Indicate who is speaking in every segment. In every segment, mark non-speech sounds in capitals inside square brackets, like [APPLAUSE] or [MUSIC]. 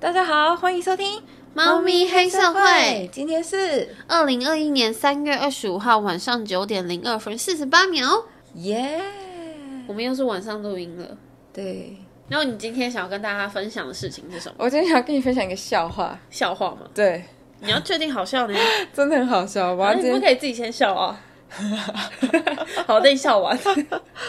Speaker 1: 大家好，欢迎收听《
Speaker 2: 猫咪黑社会》。
Speaker 1: 今天是
Speaker 2: 二零二一年三月二十五号晚上九点零二分四十八秒，
Speaker 1: 耶
Speaker 2: 我们又是晚上录音了。
Speaker 1: 对，
Speaker 2: 然后你今天想要跟大家分享的事情是什么？
Speaker 1: 我今天想跟你分享一个笑话。
Speaker 2: 笑话
Speaker 1: [LAUGHS]
Speaker 2: 吗？
Speaker 1: 对，
Speaker 2: 你要确定好笑呢，哎
Speaker 1: 真的很好笑。我要今
Speaker 2: 你不
Speaker 1: 天、
Speaker 2: 可以自己先
Speaker 1: [LAUGHS]
Speaker 2: 笑啊。好，等你笑完。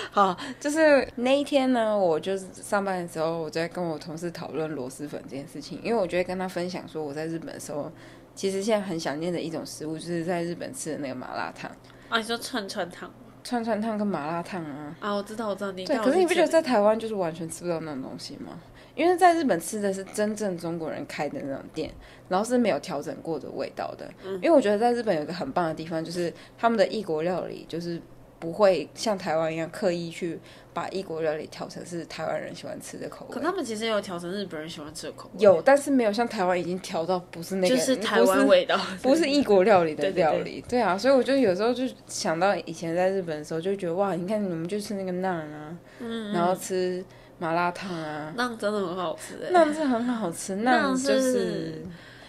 Speaker 1: 好，就是那一天呢，我就是上班的时候，我就在跟我同事讨论螺蛳粉这件事情，因为我就会跟他分享说，我在日本的时候，其实现在很想念的一种食物，就是在日本吃的那个麻辣烫、
Speaker 2: 啊，你说串串汤
Speaker 1: 串串烫跟麻辣烫啊。
Speaker 2: 啊？我知道，我知道你。
Speaker 1: 对，
Speaker 2: 但我
Speaker 1: 可是你不觉得
Speaker 2: 记
Speaker 1: 在台湾就是完全吃不到那种东西吗？因为在日本吃的是真正中国人开的那种店，然后是没有调整过的味道的。
Speaker 2: 嗯
Speaker 1: 因为我觉得在日本有一个很棒的地方，就是他们的异国料理就是不会像台湾一样刻意去把异国料理调成是台湾人喜欢吃的口
Speaker 2: 可
Speaker 1: 味。
Speaker 2: 他们其实也有调成日本人喜欢吃的口味，
Speaker 1: 有，但是没有像台湾已经调到不是那个，
Speaker 2: 就是
Speaker 1: 不
Speaker 2: 台湾味道，
Speaker 1: 不是异国料理的
Speaker 2: 对对
Speaker 1: 料
Speaker 2: 对
Speaker 1: 理，对啊，所以我就有时候就想到以前在日本的时候，就觉得哇，你看你们就吃那个馕啊，
Speaker 2: 嗯
Speaker 1: 然后吃麻辣烫啊，
Speaker 2: 馕真的很好吃欸诶。
Speaker 1: 馕是很好吃，馕就是是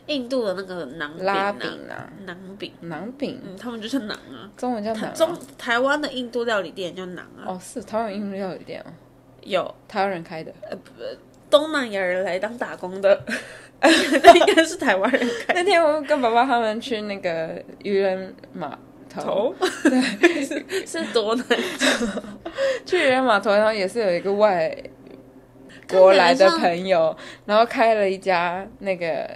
Speaker 2: 印度的那个馕饼
Speaker 1: 拉
Speaker 2: 啊，
Speaker 1: 饼啊，
Speaker 2: 馕饼，
Speaker 1: 馕饼，
Speaker 2: 嗯，他们就是馕啊。
Speaker 1: 中文叫馕啊、
Speaker 2: 中台湾的印度料理店叫馕啊，
Speaker 1: 哦，是台湾有印度料理店哦，
Speaker 2: 有
Speaker 1: 台湾人开的。
Speaker 2: 东南亚人来当打工
Speaker 1: [LAUGHS]
Speaker 2: 的，那应该是台湾人开
Speaker 1: 那天我跟爸爸他们去那个渔人码头，
Speaker 2: 头，对，是是多难，
Speaker 1: 去渔人码头，然后也是有一个外国来的朋友，然后开了一家那个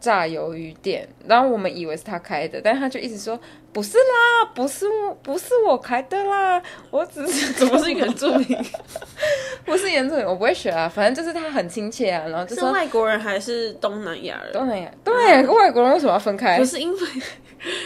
Speaker 1: 炸鱿鱼店，然后我们以为是他开的，但他就一直说不是啦，不是我，不是我开的啦，我只是 [LAUGHS]
Speaker 2: 怎么是原住民？ [LAUGHS]
Speaker 1: 不是原住民，我不会学啊，反正就是他很亲切啊，然后就是说
Speaker 2: 外国人还是东南亚人？
Speaker 1: 东南亚，东南亚跟外国人为什么要分开
Speaker 2: 不？是因为，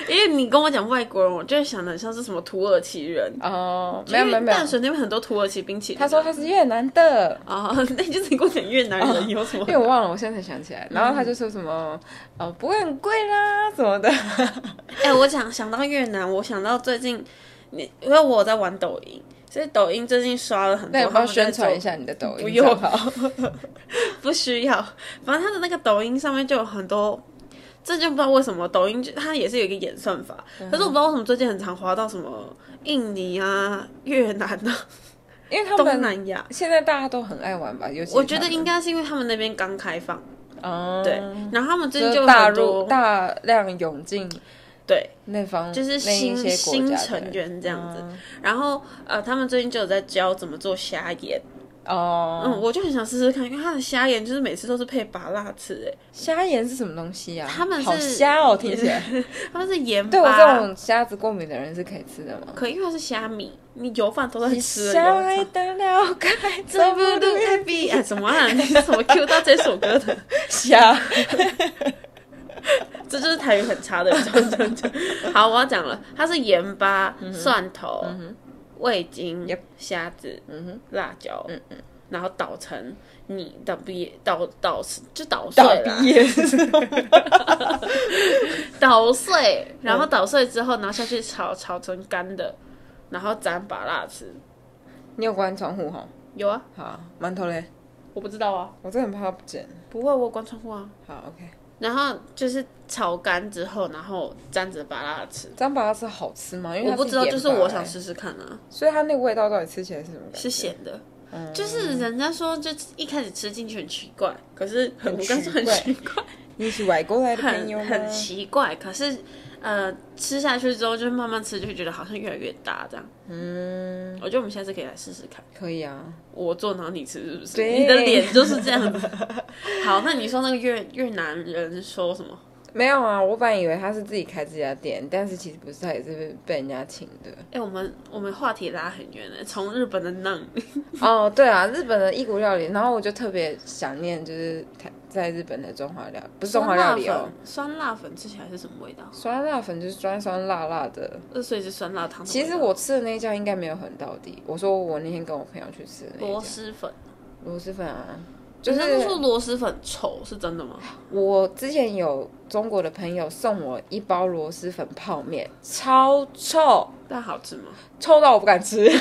Speaker 2: 因为你跟我讲外国人，我就会想的像是什么土耳其人，
Speaker 1: 哦，没有没有
Speaker 2: 因
Speaker 1: 没
Speaker 2: 为
Speaker 1: 有
Speaker 2: 淡，水那边很多土耳其冰淇淋啊。
Speaker 1: 他说他是越南的。
Speaker 2: 啊， [LAUGHS] 那你就是你跟我讲越南人有什么
Speaker 1: 因？为我忘了，我现在才想起来。
Speaker 2: 嗯
Speaker 1: 然后他就说什么，呃，不会很贵啦，什么的。
Speaker 2: [LAUGHS] 哎、我想想到越南，我想到最近，你因为我有在玩抖音，所以抖音最近刷了很
Speaker 1: 那
Speaker 2: 多。
Speaker 1: 你帮
Speaker 2: 帮
Speaker 1: 宣传一，下你的抖音，
Speaker 2: 不用
Speaker 1: 好。
Speaker 2: [LAUGHS] 不需要。反正他的那个抖音上面就有很多，这就不知道为什么抖音就它也是有一个演算法，
Speaker 1: 嗯
Speaker 2: 可是我不知道为什么最近很常滑到什么印尼啊、越南啊、
Speaker 1: 因为他
Speaker 2: 东
Speaker 1: 们
Speaker 2: 南亚。
Speaker 1: 现在大家都很爱玩吧，尤其是
Speaker 2: 我觉得
Speaker 1: 他们
Speaker 2: 应该是因为他们那边刚开放，
Speaker 1: 哦，
Speaker 2: 对，然后他们最近
Speaker 1: 就
Speaker 2: 就有
Speaker 1: 大
Speaker 2: 很
Speaker 1: 入
Speaker 2: 多
Speaker 1: 大量涌进
Speaker 2: 对，
Speaker 1: 那方，
Speaker 2: 就是
Speaker 1: 那一
Speaker 2: 新
Speaker 1: 些国
Speaker 2: 新
Speaker 1: 家嗯
Speaker 2: 成
Speaker 1: 的
Speaker 2: 员这样子。然后呃，他们最近就有在教怎么做虾盐，嗯，
Speaker 1: 哦。
Speaker 2: 我就很想试试看，因为它的虾盐就是每次都是配拔辣吃，哎，
Speaker 1: 虾盐是什么东西啊？
Speaker 2: 他们
Speaker 1: 好
Speaker 2: 是
Speaker 1: 虾哦，听
Speaker 2: [LAUGHS]
Speaker 1: 起来。
Speaker 2: 他们是盐
Speaker 1: 对我这
Speaker 2: 巴，
Speaker 1: 种虾子过敏的人是可以吃的吗？
Speaker 2: 可因为它是虾米，你油饭都在吃
Speaker 1: 相
Speaker 2: 了，
Speaker 1: 爱
Speaker 2: 油
Speaker 1: 的了该
Speaker 2: 这
Speaker 1: 怎
Speaker 2: 不
Speaker 1: 么
Speaker 2: 都
Speaker 1: 对
Speaker 2: happy 哎，什么啊？ [LAUGHS] 你怎么 Q 到这首歌的？
Speaker 1: 虾？
Speaker 2: 这就是台语很差的人真的。好，我要讲了，它是盐巴、
Speaker 1: 嗯
Speaker 2: 蒜头、味精
Speaker 1: Yep、
Speaker 2: 虾子、
Speaker 1: 嗯
Speaker 2: 辣椒，嗯嗯，然后捣成你的毕捣捣就捣碎
Speaker 1: 倒
Speaker 2: 啦
Speaker 1: 闭，业是什么？
Speaker 2: 捣碎，
Speaker 1: 嗯
Speaker 2: 然后捣碎之后，然后下去炒，炒成干的，然后沾把辣吃。
Speaker 1: [LAUGHS] 你有关窗户哈？
Speaker 2: 有啊，
Speaker 1: 好，馒头嘞？
Speaker 2: 我不知道啊，
Speaker 1: 我真的很怕它不见。
Speaker 2: 不会，我有关窗户啊。
Speaker 1: 好，OK。
Speaker 2: 然后就是炒干之后，然后沾着把辣吃。
Speaker 1: 张拔是好吃吗？因为
Speaker 2: 我
Speaker 1: 它
Speaker 2: 不知道，
Speaker 1: 盐
Speaker 2: 就是
Speaker 1: 巴
Speaker 2: 我
Speaker 1: 欸
Speaker 2: 想试试看啊，
Speaker 1: 所以它那个味道到底吃起来是什么感觉？
Speaker 2: 是咸的。
Speaker 1: 嗯
Speaker 2: 就是人家说，就一开始吃进去很奇怪，可是很
Speaker 1: 很
Speaker 2: 我刚说
Speaker 1: 奇
Speaker 2: 很
Speaker 1: 怪
Speaker 2: 奇怪，
Speaker 1: 你是外国来的朋友
Speaker 2: 很
Speaker 1: 吗？
Speaker 2: 很奇怪，可是呃吃下去之后，就慢慢吃，就会觉得好像越来越大这样。
Speaker 1: 嗯，
Speaker 2: 我觉得我们下次可以来试试看。
Speaker 1: 可以啊。
Speaker 2: 我做然后你吃是不是？
Speaker 1: 对
Speaker 2: 你的脸就是这样
Speaker 1: [LAUGHS]
Speaker 2: 子。好，那你说那个越越南人说什么？
Speaker 1: 没有啊，我本来以为他是自己开自家店，但是其实不是，他也是被人家请的。 [LAUGHS]
Speaker 2: 哎、我们我们话题拉很远呢，欸从日本的馕，
Speaker 1: 哦，对啊，日本的异国料理，然后我就特别想念，就是台在日本的中华料，不是中华
Speaker 2: 酸
Speaker 1: 料
Speaker 2: 辣
Speaker 1: 理哦
Speaker 2: 粉，，酸辣粉吃起来是什么味道？
Speaker 1: 酸辣粉就是酸酸辣辣的。
Speaker 2: 呃，所以是酸辣汤的味道。
Speaker 1: 其实我吃的那一家应该没有很到底。我说我那天跟我朋友去吃的那一
Speaker 2: 螺
Speaker 1: 家
Speaker 2: 蛳粉，
Speaker 1: 螺蛳粉啊，就
Speaker 2: 人
Speaker 1: 是
Speaker 2: 家都说螺蛳粉丑，是真的吗？
Speaker 1: 我之前有中国的朋友送我一包螺蛳粉泡面，超臭，
Speaker 2: 但好吃吗？
Speaker 1: 臭到我不敢吃。 [LAUGHS]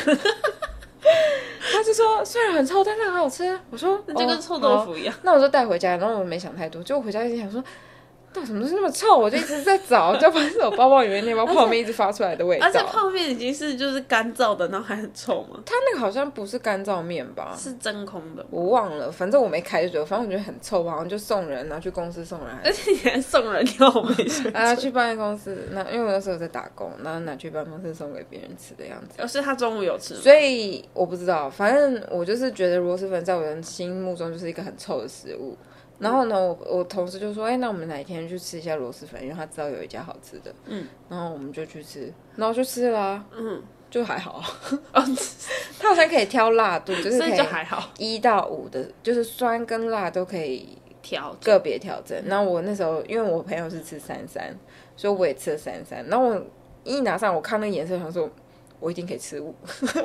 Speaker 1: 他就说虽然很臭，但是很好吃。我说
Speaker 2: 那就跟臭豆、
Speaker 1: 哦
Speaker 2: 腐一样。
Speaker 1: 好那我就带回家，然后我没想太多，就回家一直想说。到底什么东西那么臭？我就一直在找，就发现我包包里面那包泡面一直发出来的味道。
Speaker 2: 而且泡面已经是就是干燥的，然后还很臭吗？
Speaker 1: 它那个好像不是干燥面吧？
Speaker 2: 是真空的，
Speaker 1: 我忘了，反正我没开就觉得，反正我觉得很臭吧，好像就送人，拿去公司送人，还。
Speaker 2: 而且 [LAUGHS] 你还送人要我没事
Speaker 1: [LAUGHS]
Speaker 2: [LAUGHS]
Speaker 1: 啊去办公室，那因为我那时候在打工，然后拿去办公室送给别人吃的样子。
Speaker 2: 而是哦他中午有吃吗？
Speaker 1: 所以我不知道，反正我就是觉得螺蛳粉在我的心目中就是一个很臭的食物。然后呢，我我同事就说：“哎、那我们哪一天去吃一下螺蛳粉？因为他知道有一家好吃的。”
Speaker 2: 嗯，
Speaker 1: 然后我们就去吃，然后就吃啦、
Speaker 2: 嗯，
Speaker 1: 就还好。
Speaker 2: [LAUGHS] 哦，
Speaker 1: [LAUGHS] 它好像可以挑辣度，就是
Speaker 2: 所
Speaker 1: 可
Speaker 2: 以
Speaker 1: 以
Speaker 2: 就还好，
Speaker 1: 一到五的，就是酸跟辣都可以
Speaker 2: 调整
Speaker 1: 个别调整。然后我那时候因为我朋友是吃三三，所以我也吃了三三。然后我一拿上，我看那个颜色，想说我一定可以吃五，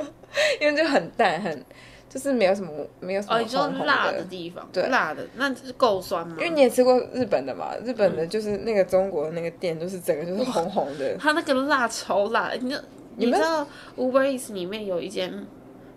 Speaker 1: [LAUGHS] 因为就很淡，很就是没有什么没有什么
Speaker 2: 哦，你说
Speaker 1: 红红
Speaker 2: 辣的
Speaker 1: 的。
Speaker 2: 地方，
Speaker 1: 对
Speaker 2: 辣的，那是够酸吗
Speaker 1: 因？为你也吃过日本的嘛，日
Speaker 2: 嗯
Speaker 1: 本的就是那个中国的那个店，就是整个就是红红
Speaker 2: [LAUGHS]
Speaker 1: 的，
Speaker 2: 它那个辣超辣，你知道
Speaker 1: 你
Speaker 2: 你
Speaker 1: 们
Speaker 2: 知道 Uber Eats 里面有一间，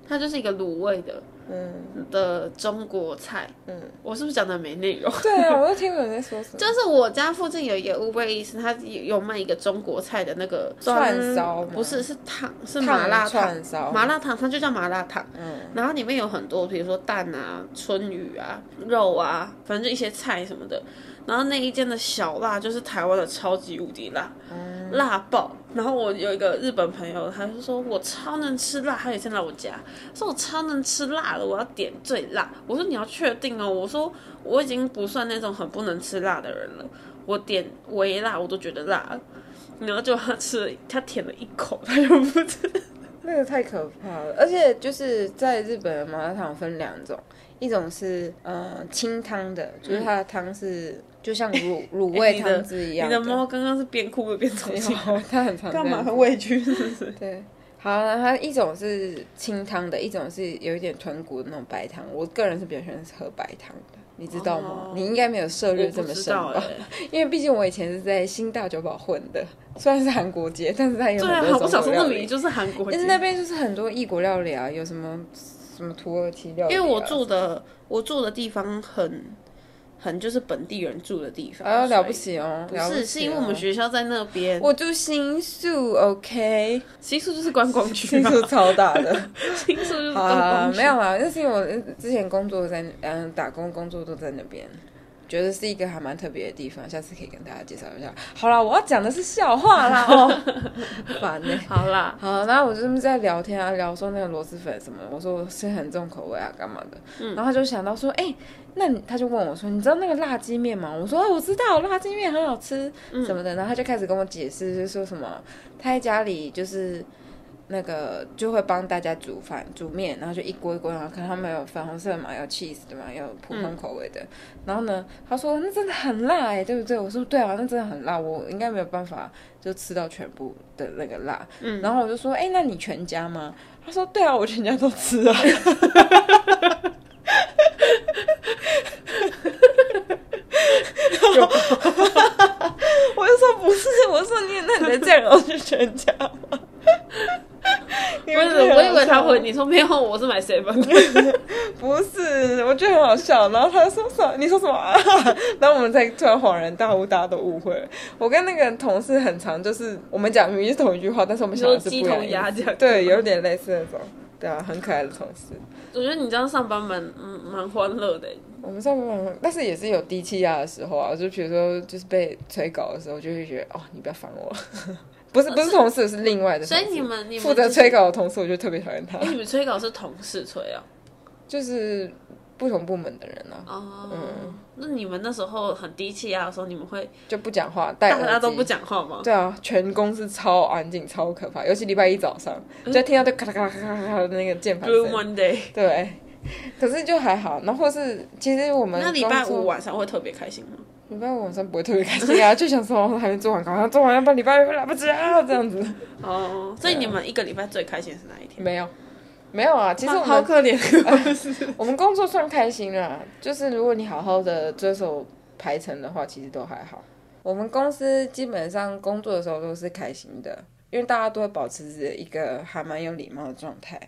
Speaker 2: 它就是一个卤味的
Speaker 1: 嗯，
Speaker 2: 的中国菜，
Speaker 1: 嗯，
Speaker 2: 我是不是讲的没内容？ [LAUGHS]
Speaker 1: 对啊，我都听不懂你在说什么。
Speaker 2: 就是我家附近有一个 Uber Eats，它有有卖一个中国菜的那个
Speaker 1: 串
Speaker 2: 专
Speaker 1: 烧吗
Speaker 2: 不是是汤，是
Speaker 1: 烫
Speaker 2: 麻辣烫，
Speaker 1: 串烧，
Speaker 2: 麻辣烫它就叫麻辣烫。
Speaker 1: 嗯，
Speaker 2: 然后里面有很多，比如说蛋啊、春雨啊、肉啊，反正就一些菜什么的。然后那一间的小辣就是台湾的超级无敌辣，
Speaker 1: 嗯
Speaker 2: 辣爆。然后我有一个日本朋友，他就说我超能吃辣，他也是来我家，说我超能吃辣的，我要点最辣。我说你要确定哦，我说我已经不算那种很不能吃辣的人了，我点微辣我都觉得辣了。然后就他吃了，他舔了一口，他就不吃。
Speaker 1: 那个太可怕了，而且就是在日本的麻辣烫有分两种，一种是呃清汤的，就是它的汤是、就
Speaker 2: [LAUGHS]
Speaker 1: 像卤卤味汤汁一
Speaker 2: 嗯哎你
Speaker 1: 样
Speaker 2: 的猫刚刚是边哭又边走
Speaker 1: 没有
Speaker 2: 进来。
Speaker 1: 它
Speaker 2: [LAUGHS]
Speaker 1: 很常这样
Speaker 2: 干嘛很委屈是不
Speaker 1: [LAUGHS]
Speaker 2: 是？
Speaker 1: 对，好，然后它一种是清汤的，一种是有一点豚骨的那种白汤。我个人是比较喜欢喝白汤的，你知道吗？
Speaker 2: 哦
Speaker 1: 你应该没有涉
Speaker 2: 我
Speaker 1: 猎这
Speaker 2: 不
Speaker 1: 么
Speaker 2: 知
Speaker 1: 深
Speaker 2: 道
Speaker 1: 吧？
Speaker 2: 哎、
Speaker 1: [LAUGHS] 因为毕竟我以前是在新大酒保混的，虽然是韩国街，但是它也有
Speaker 2: 对
Speaker 1: 很
Speaker 2: 啊，
Speaker 1: 多
Speaker 2: 我
Speaker 1: 中
Speaker 2: 想
Speaker 1: 国
Speaker 2: 说
Speaker 1: 料
Speaker 2: 那
Speaker 1: 理
Speaker 2: 明明就是韩国
Speaker 1: 但
Speaker 2: 籍
Speaker 1: 是那边就是很多异国料理啊，有什么什么土耳其料理、啊，
Speaker 2: 因为我住的我住的地方很很就是本地人住的地方，
Speaker 1: 啊了不
Speaker 2: 所
Speaker 1: 起哦，
Speaker 2: 以，
Speaker 1: 了
Speaker 2: 不
Speaker 1: 不起
Speaker 2: 是
Speaker 1: 哦
Speaker 2: 是因为我们学校在那边，
Speaker 1: 我住新宿，OK， [LAUGHS]
Speaker 2: 新宿就是观光区
Speaker 1: 新
Speaker 2: 嘛，
Speaker 1: 宿超大
Speaker 2: [LAUGHS]
Speaker 1: 的，
Speaker 2: 新宿就是
Speaker 1: 好
Speaker 2: 观
Speaker 1: 啊
Speaker 2: 光，区，
Speaker 1: 没有啦，那是因为我之前工作在嗯打工工作都在那边。觉得是一个还蛮特别的地方，下次可以跟大家介绍一下。好啦，我要讲的是笑话啦
Speaker 2: [LAUGHS]
Speaker 1: 哦，烦欸呢、
Speaker 2: 好啦，
Speaker 1: 好，然后我就是在聊天啊，聊说那个螺蛳粉什么，我说我吃很重口味啊，干嘛的，然后他就想到说，哎、那你他就问我说，你知道那个辣鸡面吗？我说、哦、我知道，辣鸡面很好吃什么的，然后他就开始跟我解释，就说什么他在家里就是。那个就会帮大家煮饭、煮面，然后就一锅一锅，然后看他们有粉红色的嘛，有 cheese 的嘛，有普通口味的。然后呢，他说那真的很辣哎、对不对？我说对啊，那真的很辣，我应该没有办法就吃到全部的那个辣。
Speaker 2: 嗯
Speaker 1: 然后我就说，哎、那你全家吗？他说对啊，我全家都吃
Speaker 2: [LAUGHS]
Speaker 1: 啊。我就说不是，我说你那你的酱油是全家吗？
Speaker 2: 不
Speaker 1: 不
Speaker 2: 是，我以为他会，你说没有，我是买 seven， [LAUGHS]
Speaker 1: 不是，我觉得很好笑。然后他说什么？你说什么、啊？ [LAUGHS] 然后我们才突然恍然大悟，大家都误会了。我跟那个同事很常就是，我们讲明明是同一句话，但是我们
Speaker 2: 你
Speaker 1: 想
Speaker 2: 说
Speaker 1: 的是不一
Speaker 2: 鸡
Speaker 1: 样的
Speaker 2: 同
Speaker 1: 意
Speaker 2: 鸭
Speaker 1: 思。
Speaker 2: 讲，
Speaker 1: 对，有点类似那种。对啊，很可爱的同事。
Speaker 2: 我觉得你这样上班蛮嗯蛮欢乐的、
Speaker 1: 我们上班，但是也是有低气压的时候啊。就比如说，就是被催稿的时候，就会觉得哦，你不要烦我。 [LAUGHS] 不是不是同事，是另外的同
Speaker 2: 哦所
Speaker 1: 事。
Speaker 2: 以你们你们
Speaker 1: 负责
Speaker 2: 就是
Speaker 1: 催稿的同事，我就特别讨厌他
Speaker 2: 哎、，你们催稿是同事催啊？
Speaker 1: 就是不同部门的人啊，
Speaker 2: 哦，那你们那时候很低气压的时候，你们会
Speaker 1: 就不讲话，戴耳
Speaker 2: 大
Speaker 1: 机。
Speaker 2: 家都不讲话吗？
Speaker 1: 对啊，全公司超安静，超可怕，尤其礼拜一早上，
Speaker 2: 嗯
Speaker 1: 就听到就咔啦咔啦咔啦咔啦的那个键盘
Speaker 2: Blue
Speaker 1: 声。
Speaker 2: Monday，
Speaker 1: 对，可是就还好。然后或是其实我们
Speaker 2: 那礼拜
Speaker 1: 工作
Speaker 2: 五晚上会特别开心吗？
Speaker 1: 礼拜五晚上不会特别开心啊，就想说还没做完，赶快做完，要不然礼拜六来不及啊，这样子。
Speaker 2: 哦，
Speaker 1: 啊
Speaker 2: 所以你们一个礼拜最开心是哪一天？
Speaker 1: 没有，没有啊，其实我
Speaker 2: 好
Speaker 1: 们
Speaker 2: 可
Speaker 1: [LAUGHS]
Speaker 2: 怜的公司，
Speaker 1: 我们工作算开心啦，就是如果你好好的遵守排程的话，其实都还好。我们公司基本上工作的时候都是开心的，因为大家都会保持着一个还蛮有礼貌的状态。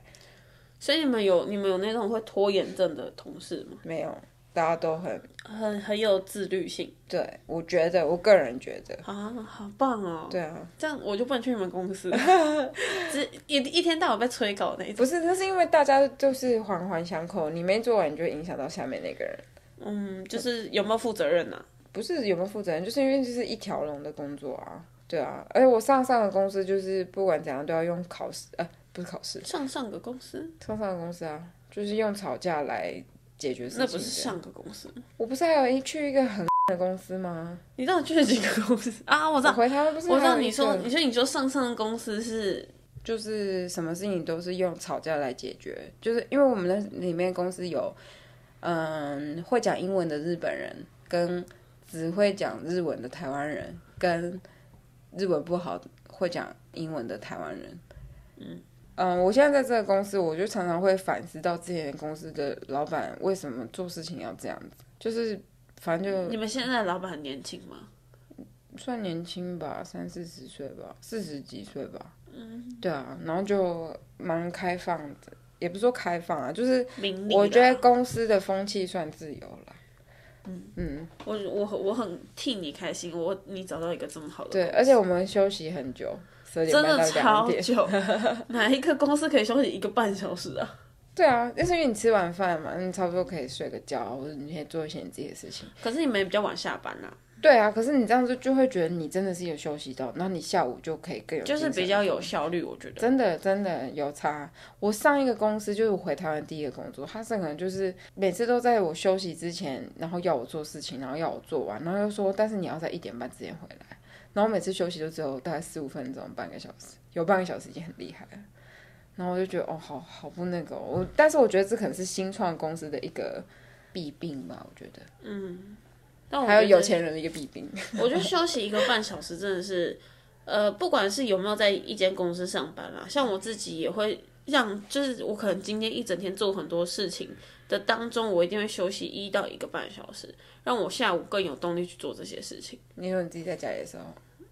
Speaker 2: 所以你们有你们有那种会拖延症的同事吗？
Speaker 1: 没有，大家都很
Speaker 2: 很很有自律性
Speaker 1: 对，我觉得我个人觉得，
Speaker 2: 啊，好棒哦！
Speaker 1: 对啊，
Speaker 2: 这样我就不能去你们公
Speaker 1: [LAUGHS]
Speaker 2: 司了，只一一天到晚被催稿那一种。
Speaker 1: 不是，那是因为大家就是环环相扣，你没做完，你就会影响到下面那个人。
Speaker 2: 嗯，就是有没有负责任啊呐、
Speaker 1: 不是有没有负责任，就是因为就是一条龙的工作啊，对啊，而且我上上的公司就是不管怎样都要用考试，呃，不是考试，
Speaker 2: 上上个公司，
Speaker 1: 上上的公司啊，就是用吵架来解决事情。
Speaker 2: 那不是，上个公司。
Speaker 1: 我不是还有一去一个很的公司吗？
Speaker 2: 你到底去了几个公司啊？我知
Speaker 1: 我
Speaker 2: 道，
Speaker 1: 回台湾不是
Speaker 2: 我知道
Speaker 1: 还有一
Speaker 2: 你说，
Speaker 1: 个
Speaker 2: 你说你说上上公司是
Speaker 1: 就是什么事情都是用吵架来解决，就是因为我们那里面公司有，嗯，会讲英文的日本人，跟只会讲日文的台湾人，跟日文不好会讲英文的台湾人。嗯嗯，我现在在这个公司，我就常常会反思到之前的公司的老板为什么做事情要这样子，就是反正
Speaker 2: 你
Speaker 1: 就
Speaker 2: 们现在的老板很年轻吗？
Speaker 1: 算年轻吧，三四十岁吧，四十几岁吧。嗯，对啊，然后就蛮开放的，也不是说开放啊，就是
Speaker 2: 明理啊啦。
Speaker 1: 我觉得公司的风气算自由啦。
Speaker 2: 我我很我很替你开心，我你找到一个这么好的，
Speaker 1: 对，而且我们休息很久，十二点
Speaker 2: 真
Speaker 1: 半
Speaker 2: 的
Speaker 1: 到两
Speaker 2: 超
Speaker 1: 点。
Speaker 2: 久，
Speaker 1: [LAUGHS]
Speaker 2: 哪一个公司可以休息一个半小时啊？
Speaker 1: 对啊，那是因为你吃完饭嘛，你差不多可以睡个觉，啊或者你可以做一些你自己的事情。
Speaker 2: 可是你们也比较晚下班啦、
Speaker 1: 对啊，可是你这样子就会觉得你真的是有休息到，然后你下午就可以更有精
Speaker 2: 就
Speaker 1: 神
Speaker 2: 是比较有效率，我觉得。
Speaker 1: 真的真的有差。我上一个公司就是我回台湾第一个工作，他是可能就是每次都在我休息之前，然后要我做事情，然后要我做完，然后又说但是你要在一点半之前回来，然后每次休息就只有大概十五分钟，半个小时，有半个小时已经很厉害了。然后我就觉得哦，好好不那个哦、我但是我觉得这可能是新创公司的一个弊病吧，我觉得，
Speaker 2: 但我
Speaker 1: 还有
Speaker 2: 觉得
Speaker 1: 有钱人的一个弊病。 [LAUGHS]
Speaker 2: 我觉得休息一个半小时真的是，呃，不管是有没有在一间公司上班啦，像我自己也会让，就是我可能今天一整天做很多事情的当中，我一定会休息一到一个半小时，让我下午更有动力去做这些事情。
Speaker 1: 你说你自己在家里的时候，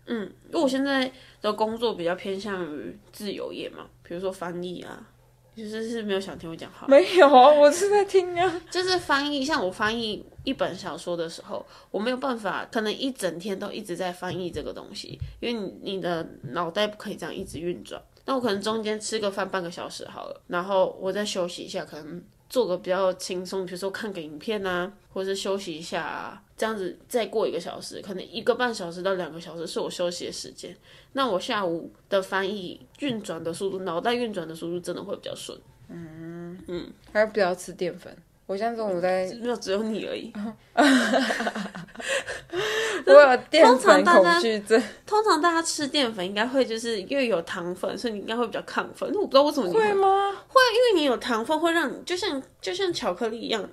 Speaker 2: 嗯，因为我现在的工作比较偏向于自由业嘛，比如说翻译啊，就是是没有想听我讲话。
Speaker 1: 没有，我是在听啊。
Speaker 2: 就是翻译，像我翻译一本小说的时候，我没有办法，可能一整天都一直在翻译这个东西，因为你你的脑袋不可以这样一直运转。那我可能中间吃个饭半个小时好了，然后我再休息一下，可能做个比较轻松，比如说看个影片啊，或者是休息一下啊，这样子再过一个小时，可能一个半小时到两个小时是我休息的时间。那我下午的翻译运转的速度，脑袋运转的速度真的会比较顺，
Speaker 1: 还有不要吃淀粉。我像这种我在
Speaker 2: 没有只有你而已。
Speaker 1: [LAUGHS] 我有淀粉
Speaker 2: 通常大
Speaker 1: 恐
Speaker 2: 家
Speaker 1: 惧症，
Speaker 2: 通常大家吃淀粉应该会就是因为有糖分，所以你应该会比较亢奋。那我不知道为什么你会，
Speaker 1: 啊
Speaker 2: 啊因
Speaker 1: 吗？
Speaker 2: 为你有糖分会让你就像就像巧克力一样。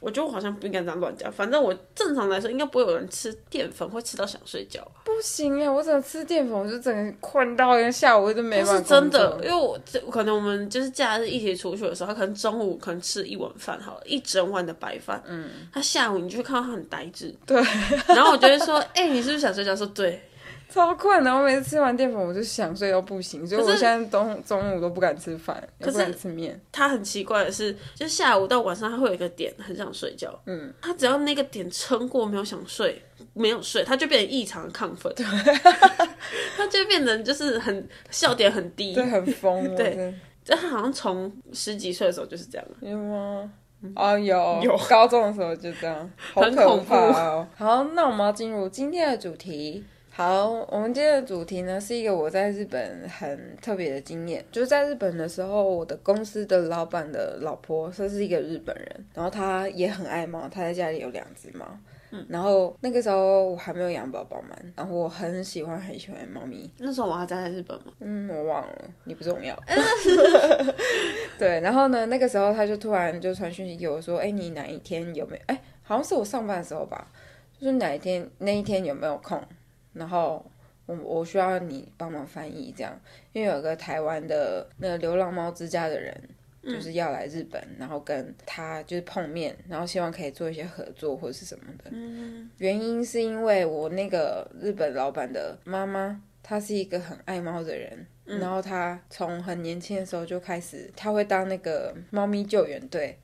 Speaker 2: 我觉得我好像不应该这样乱讲，反正我正常来说应该不会有人吃淀粉会吃到想睡觉吧，
Speaker 1: 不行啊！我整个吃淀粉，我就整个困到一个下午，我就没
Speaker 2: 但
Speaker 1: 办法
Speaker 2: 是
Speaker 1: 工作
Speaker 2: 真的，因为我这可能我们就是假日一起出去的时候，他可能中午可能吃一碗饭好了，一整碗的白饭，嗯，他下午你就会看到他很呆滞，
Speaker 1: 对，
Speaker 2: 然后我就会说，哎、你是不是想睡觉？他说对，
Speaker 1: 超困啊的。我每次吃完淀粉，我就想睡到不行，所以
Speaker 2: 可
Speaker 1: 我
Speaker 2: 是
Speaker 1: 现在中中午都不敢吃饭，也
Speaker 2: 可
Speaker 1: 不
Speaker 2: 是
Speaker 1: 敢吃面。
Speaker 2: 他很奇怪的是，就下午到晚上他会有一个点很想睡觉，嗯，他只要那个点撑过没有想睡，没有睡，他就变得异常亢奋， [LAUGHS] 他就变成就是很笑点很低，
Speaker 1: 对，很疯。我
Speaker 2: 对
Speaker 1: 真的，
Speaker 2: 这他好像从十几岁的时候就是这样，
Speaker 1: 有吗？啊、有
Speaker 2: 嗯有
Speaker 1: 高中的时候就这
Speaker 2: [LAUGHS]
Speaker 1: 样，好
Speaker 2: 很
Speaker 1: 可
Speaker 2: 恐怖
Speaker 1: 怕哦。好，那我们要进入今天的主题。好，我们今天的主题呢是一个我在日本很特别的经验，就是在日本的时候，我的公司的老板的老婆，她是一个日本人，然后她也很爱猫，她在家里有两只猫。
Speaker 2: 嗯
Speaker 1: 然后那个时候我还没有养宝宝嘛，然后我很喜欢很喜欢猫咪，
Speaker 2: 那时候我还在日本嘛，
Speaker 1: 嗯，我忘了，你不重要。对，然后呢，那个时候他就突然就传讯息给我说：“哎、你哪一天有没有？哎、好像是我上班的时候吧，就是哪一天那一天有没有空？然后我我需要你帮忙翻译这样，因为有个台湾的那个流浪猫之家的人。”
Speaker 2: 嗯
Speaker 1: 就是要来日本，然后跟他就是碰面，然后希望可以做一些合作或者
Speaker 2: 嗯
Speaker 1: 是什么的。原因是因为我那个日本老板的妈妈，他是一个很爱猫的人，
Speaker 2: 嗯
Speaker 1: 然后他从很年轻的时候就开始，他会当那个猫咪救援队，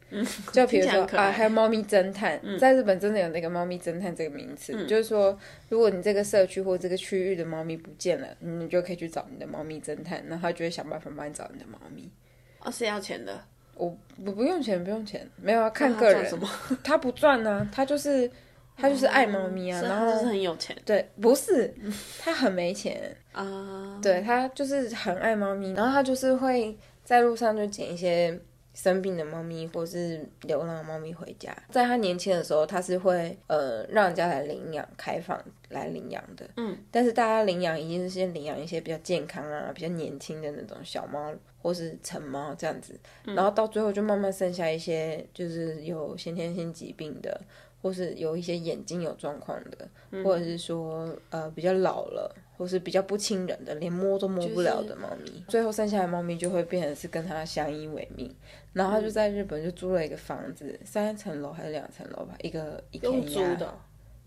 Speaker 1: 就比如
Speaker 2: 嗯听起来
Speaker 1: 说
Speaker 2: 很可爱嗯
Speaker 1: 啊，还有猫咪侦探，在日本真的有那个猫咪侦探这个名词，就是说，如果你这个社区或这个区域的猫咪不见了，你就可以去找你的猫咪侦探，然后他就会想办法帮你找你的猫咪。
Speaker 2: 哦，是要钱的，
Speaker 1: 我不不用钱，不用钱，没有啊，看
Speaker 2: 那他
Speaker 1: 个
Speaker 2: 赚
Speaker 1: 人
Speaker 2: 什，么？
Speaker 1: 他不赚呢、他就是他就是爱猫咪啊，
Speaker 2: 所以
Speaker 1: 然
Speaker 2: 他哦就是
Speaker 1: 后
Speaker 2: 很嗯有钱
Speaker 1: 对，不是他很没钱，
Speaker 2: 啊。
Speaker 1: 对他就是很爱猫咪，然后他就是会在路上就捡一些生病的猫咪或是流浪的猫咪回家。在他年轻的时候，他是会呃让人家来领养、开放来领养的。
Speaker 2: 嗯，
Speaker 1: 但是大家领养一定是先领养一些比较健康啊、比较年轻的那种小猫或是成猫这样子，
Speaker 2: 嗯
Speaker 1: 然后到最后就慢慢剩下一些就是有先天性疾病的。或是有一些眼睛有状况的，或者
Speaker 2: 嗯
Speaker 1: 是说呃比较老了，或是比较不亲人的，连摸都摸不了的猫咪，最后剩下的猫咪就会变成是跟它相依为命。然后
Speaker 2: 嗯
Speaker 1: 他就在日本就租了一个房子，三层楼还是两层楼吧，一个一个
Speaker 2: 用租的哦，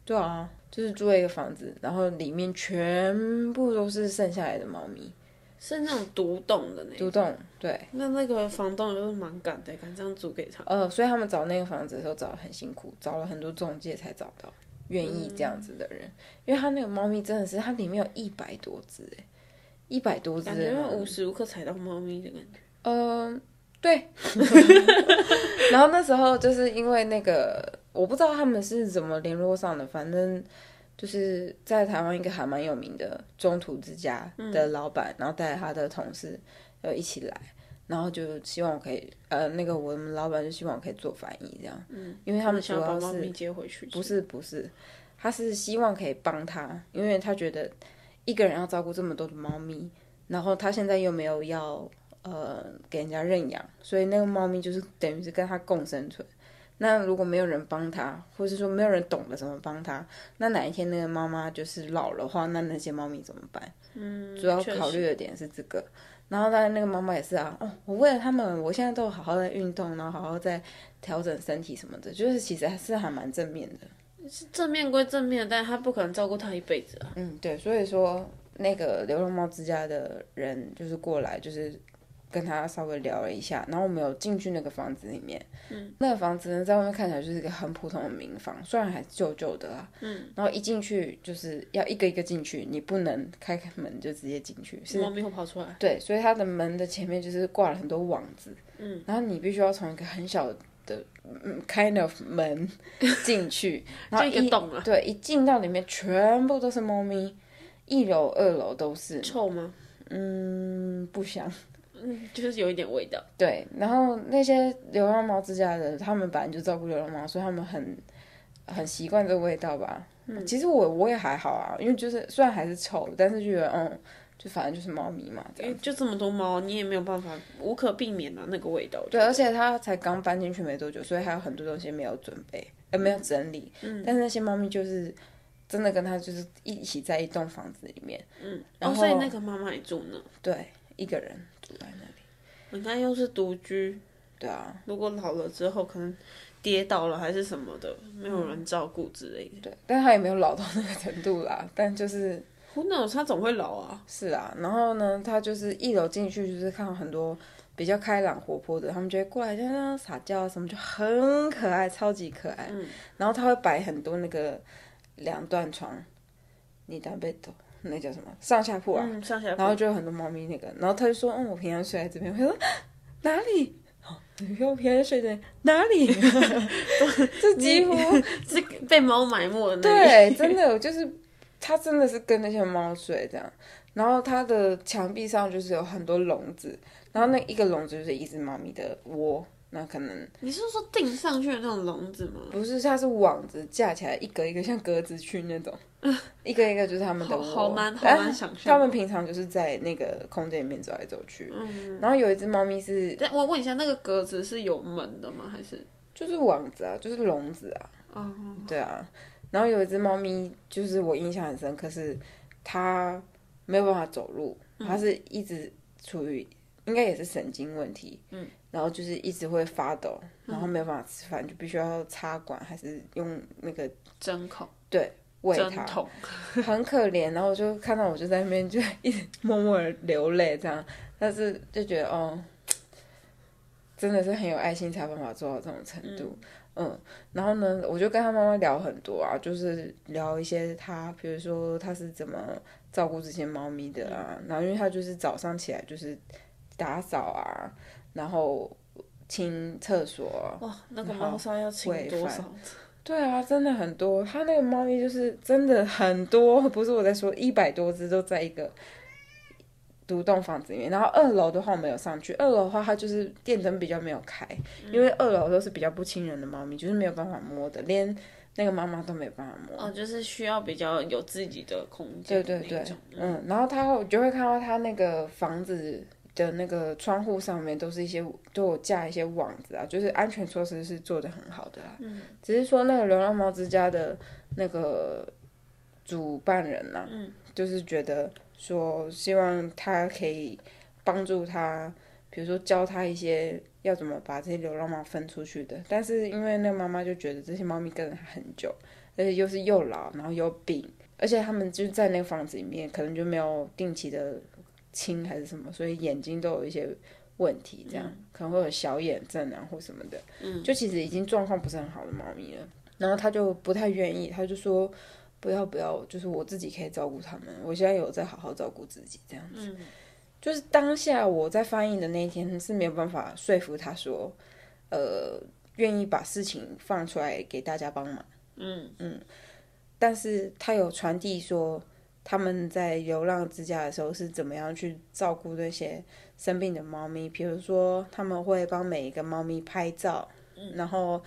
Speaker 1: 对啊，就是租了一个房子，然后里面全部都是剩下来的猫咪，
Speaker 2: 是那种独栋的那
Speaker 1: 独
Speaker 2: 种。
Speaker 1: 栋对。
Speaker 2: 那那个房东就是蛮敢的，敢这样租给他。
Speaker 1: 呃，所以他们找那个房子的时候找的很辛苦，找了很多中介才找到愿意这样子的人，因为他那个猫咪真的是，它里面有一百多只哎，一百多只
Speaker 2: 感
Speaker 1: 的
Speaker 2: 觉
Speaker 1: 猫
Speaker 2: 要
Speaker 1: 咪，
Speaker 2: 无时无刻踩到猫咪的感觉。
Speaker 1: 嗯， [LAUGHS] 对。然后那时候就是因为那个，我不知道他们是怎么联络上的，反正就是在台湾一个还蛮有名的中途之家的老板，然后带着他的同事要一起来，然后就希望我可以，呃，那个我们老板就希望我可以做翻译这样，嗯，因为他们主
Speaker 2: 想把
Speaker 1: 要
Speaker 2: 猫
Speaker 1: 是
Speaker 2: 咪接回去，
Speaker 1: 不是不是，他是希望可以帮他，因为他觉得一个人要照顾这么多的猫咪，然后他现在又没有要呃给人家认养，所以那个猫咪就是等于是跟他共生存。那如果没有人帮他，或是说没有人懂得怎么帮他，那哪一天那个妈妈就是老了话，那那些猫咪怎么办？
Speaker 2: 嗯，
Speaker 1: 主要
Speaker 2: 确实
Speaker 1: 考虑的点是这个。然后当然那个妈妈也是啊，哦，我为了他们，我现在都好好在运动，然后好好在调整身体什么的，就是其实还是还蛮正面的。
Speaker 2: 是正面归正面，但他不可能照顾他一辈子啊。
Speaker 1: 嗯，对，所以说那个流浪猫之家的人就是过来，就是跟他稍微聊了一下，然后我们有进去那个房子里面，嗯，那个房子呢在外面看起来就是一个很普通的民房，虽然还旧旧的啦，嗯，然后一进去就是要一个一个进去，你不能开开门就直接进去，是
Speaker 2: 猫咪会跑出来，
Speaker 1: 对，所以它的门的前面就是挂了很多网子，
Speaker 2: 嗯，
Speaker 1: 然后你必须要从一个很小的嗯 kind of 门进去，然
Speaker 2: [LAUGHS] 就
Speaker 1: 后
Speaker 2: 一个洞啊，
Speaker 1: 对，一进到里面全部都是猫咪，一楼、二楼都是，
Speaker 2: 臭吗？
Speaker 1: 嗯，不香。
Speaker 2: 嗯，就是有一点味道。
Speaker 1: 对，然后那些流浪猫之家的，他们本来就照顾流浪猫，所以他们很很习惯这个味道吧。嗯
Speaker 2: 嗯
Speaker 1: 其实我我也还好啊，因为就是虽然还是臭，但是就觉得嗯，就反正就是猫咪嘛，这
Speaker 2: 因
Speaker 1: 样
Speaker 2: 为。就这么多猫，你也没有办法，无可避免的、那个味道。
Speaker 1: 对，而且他才刚搬进去没多久，所以还有很多东西没有准备，呃，没有整理。嗯。但是那些猫咪就是真的跟他就是一起在一栋房子里面，
Speaker 2: 嗯，
Speaker 1: 然
Speaker 2: 哦，
Speaker 1: 后
Speaker 2: 所以那个妈妈也住呢。
Speaker 1: 对，一个人住在那里。
Speaker 2: 你看，又是独居，
Speaker 1: 对啊，
Speaker 2: 如果老了之后可能跌倒了还是什么的，没有人照顾之类的。
Speaker 1: 对，但他也没有老到那个程度啦，但就是
Speaker 2: 胡 h 他总会老啊。
Speaker 1: 是啊，然后呢，他就是一楼进去就是看到很多比较开朗活泼的，他们就会过来就那样撒娇啊什么，就很可爱，超级可爱。
Speaker 2: 嗯
Speaker 1: 然后他会摆很多那个两段床，你单被斗，那叫什么上下铺啊，
Speaker 2: 嗯，上下铺
Speaker 1: 然后就有很多猫咪那个，然后他就说，嗯，我平常睡在这边，我说哪里？哦，你说我平常睡在哪里？ [LAUGHS]
Speaker 2: [LAUGHS]
Speaker 1: 这几乎
Speaker 2: 是被猫埋没的那里。
Speaker 1: 对，真的就是它真的是跟那些猫睡这样。然后它的墙壁上就是有很多笼子，然后那一个笼子就是一只猫咪的窝，那可能
Speaker 2: 你是说钉上去的那种笼子吗？
Speaker 1: 不是，它是网子架起来一格一个像格子区那种，一个一个就是它们的
Speaker 2: 好哎
Speaker 1: 窝。
Speaker 2: 嗯好难，好
Speaker 1: 但
Speaker 2: 难想象。
Speaker 1: 它们平常就是在那个空间里面走来走去，
Speaker 2: 嗯，
Speaker 1: 然后有一只猫咪是
Speaker 2: 但我问一下，那个格子是有门的吗？还是
Speaker 1: 就是网子啊，就是笼子啊，
Speaker 2: 哦，
Speaker 1: 对啊，然后有一只猫咪，就是我印象很深刻，是它没有办法走路，
Speaker 2: 嗯
Speaker 1: 它是一直处于应该也是神经问题，
Speaker 2: 嗯，
Speaker 1: 然后就是一直会发抖，然后没有办法吃饭，就必须要插管还是用那个
Speaker 2: 针孔？
Speaker 1: 对，喂
Speaker 2: 针
Speaker 1: 它，
Speaker 2: 筒，
Speaker 1: 很可怜。然后我就看到我就在那边就一直默默的流泪这样，但是就觉得哦，真的是很有爱心才有办法做到这种程度。嗯然后呢，我就跟他妈妈聊很多啊，就是聊一些他，比如说他是怎么照顾这些猫咪的啊。然后因为他就是早上起来就是打扫啊，然后清厕所啊、
Speaker 2: 哇，那个
Speaker 1: 然后
Speaker 2: 猫砂要清
Speaker 1: 喂
Speaker 2: 多
Speaker 1: 饭
Speaker 2: 少？
Speaker 1: 对啊，真的很多，它那个猫咪就是真的很多，不是我在说，一百多只都在一个独栋房子里面。然后二楼的话我没有上去，二楼的话它就是电灯比较没有开，因为二楼都是比较不亲人的猫咪，就是没有办法摸的，连那个妈妈都没有办法摸。
Speaker 2: 哦，就是需要比较有自己的空
Speaker 1: 对
Speaker 2: 间的
Speaker 1: 对
Speaker 2: 那一
Speaker 1: 对
Speaker 2: 种，
Speaker 1: 嗯，然后他我就会看到他那个房子的那个窗户上面都是一些都有架一些网子啊，就是安全措施是做的很好的啦。嗯，只是说那个流浪猫之家的那个主办人呐、嗯，就是觉得说希望他可以帮助他，比如说教他一些。要怎么把这些流浪猫分出去的？但是因为那个妈妈就觉得这些猫咪跟了他很久，而且又是又老，然后又病，而且他们就在那个房子里面，可能就没有定期的清还是什么，所以眼睛都有一些问题，这样、可能会有小眼症啊或什么的。嗯，就其实已经状况不是很好的猫咪了，然后他就不太愿意，他就说不要不要，就是我自己可以照顾他们，我现在有在好好照顾自己这样子。就是当下我在翻译的那一天是没有办法说服他说，呃，愿意把事情放出来给大家帮忙。
Speaker 2: 嗯
Speaker 1: 但是他有传递说他们在流浪之家的时候是怎么样去照顾那些生病的猫咪，比如说他们会帮每一个猫咪拍照，
Speaker 2: 嗯
Speaker 1: 然后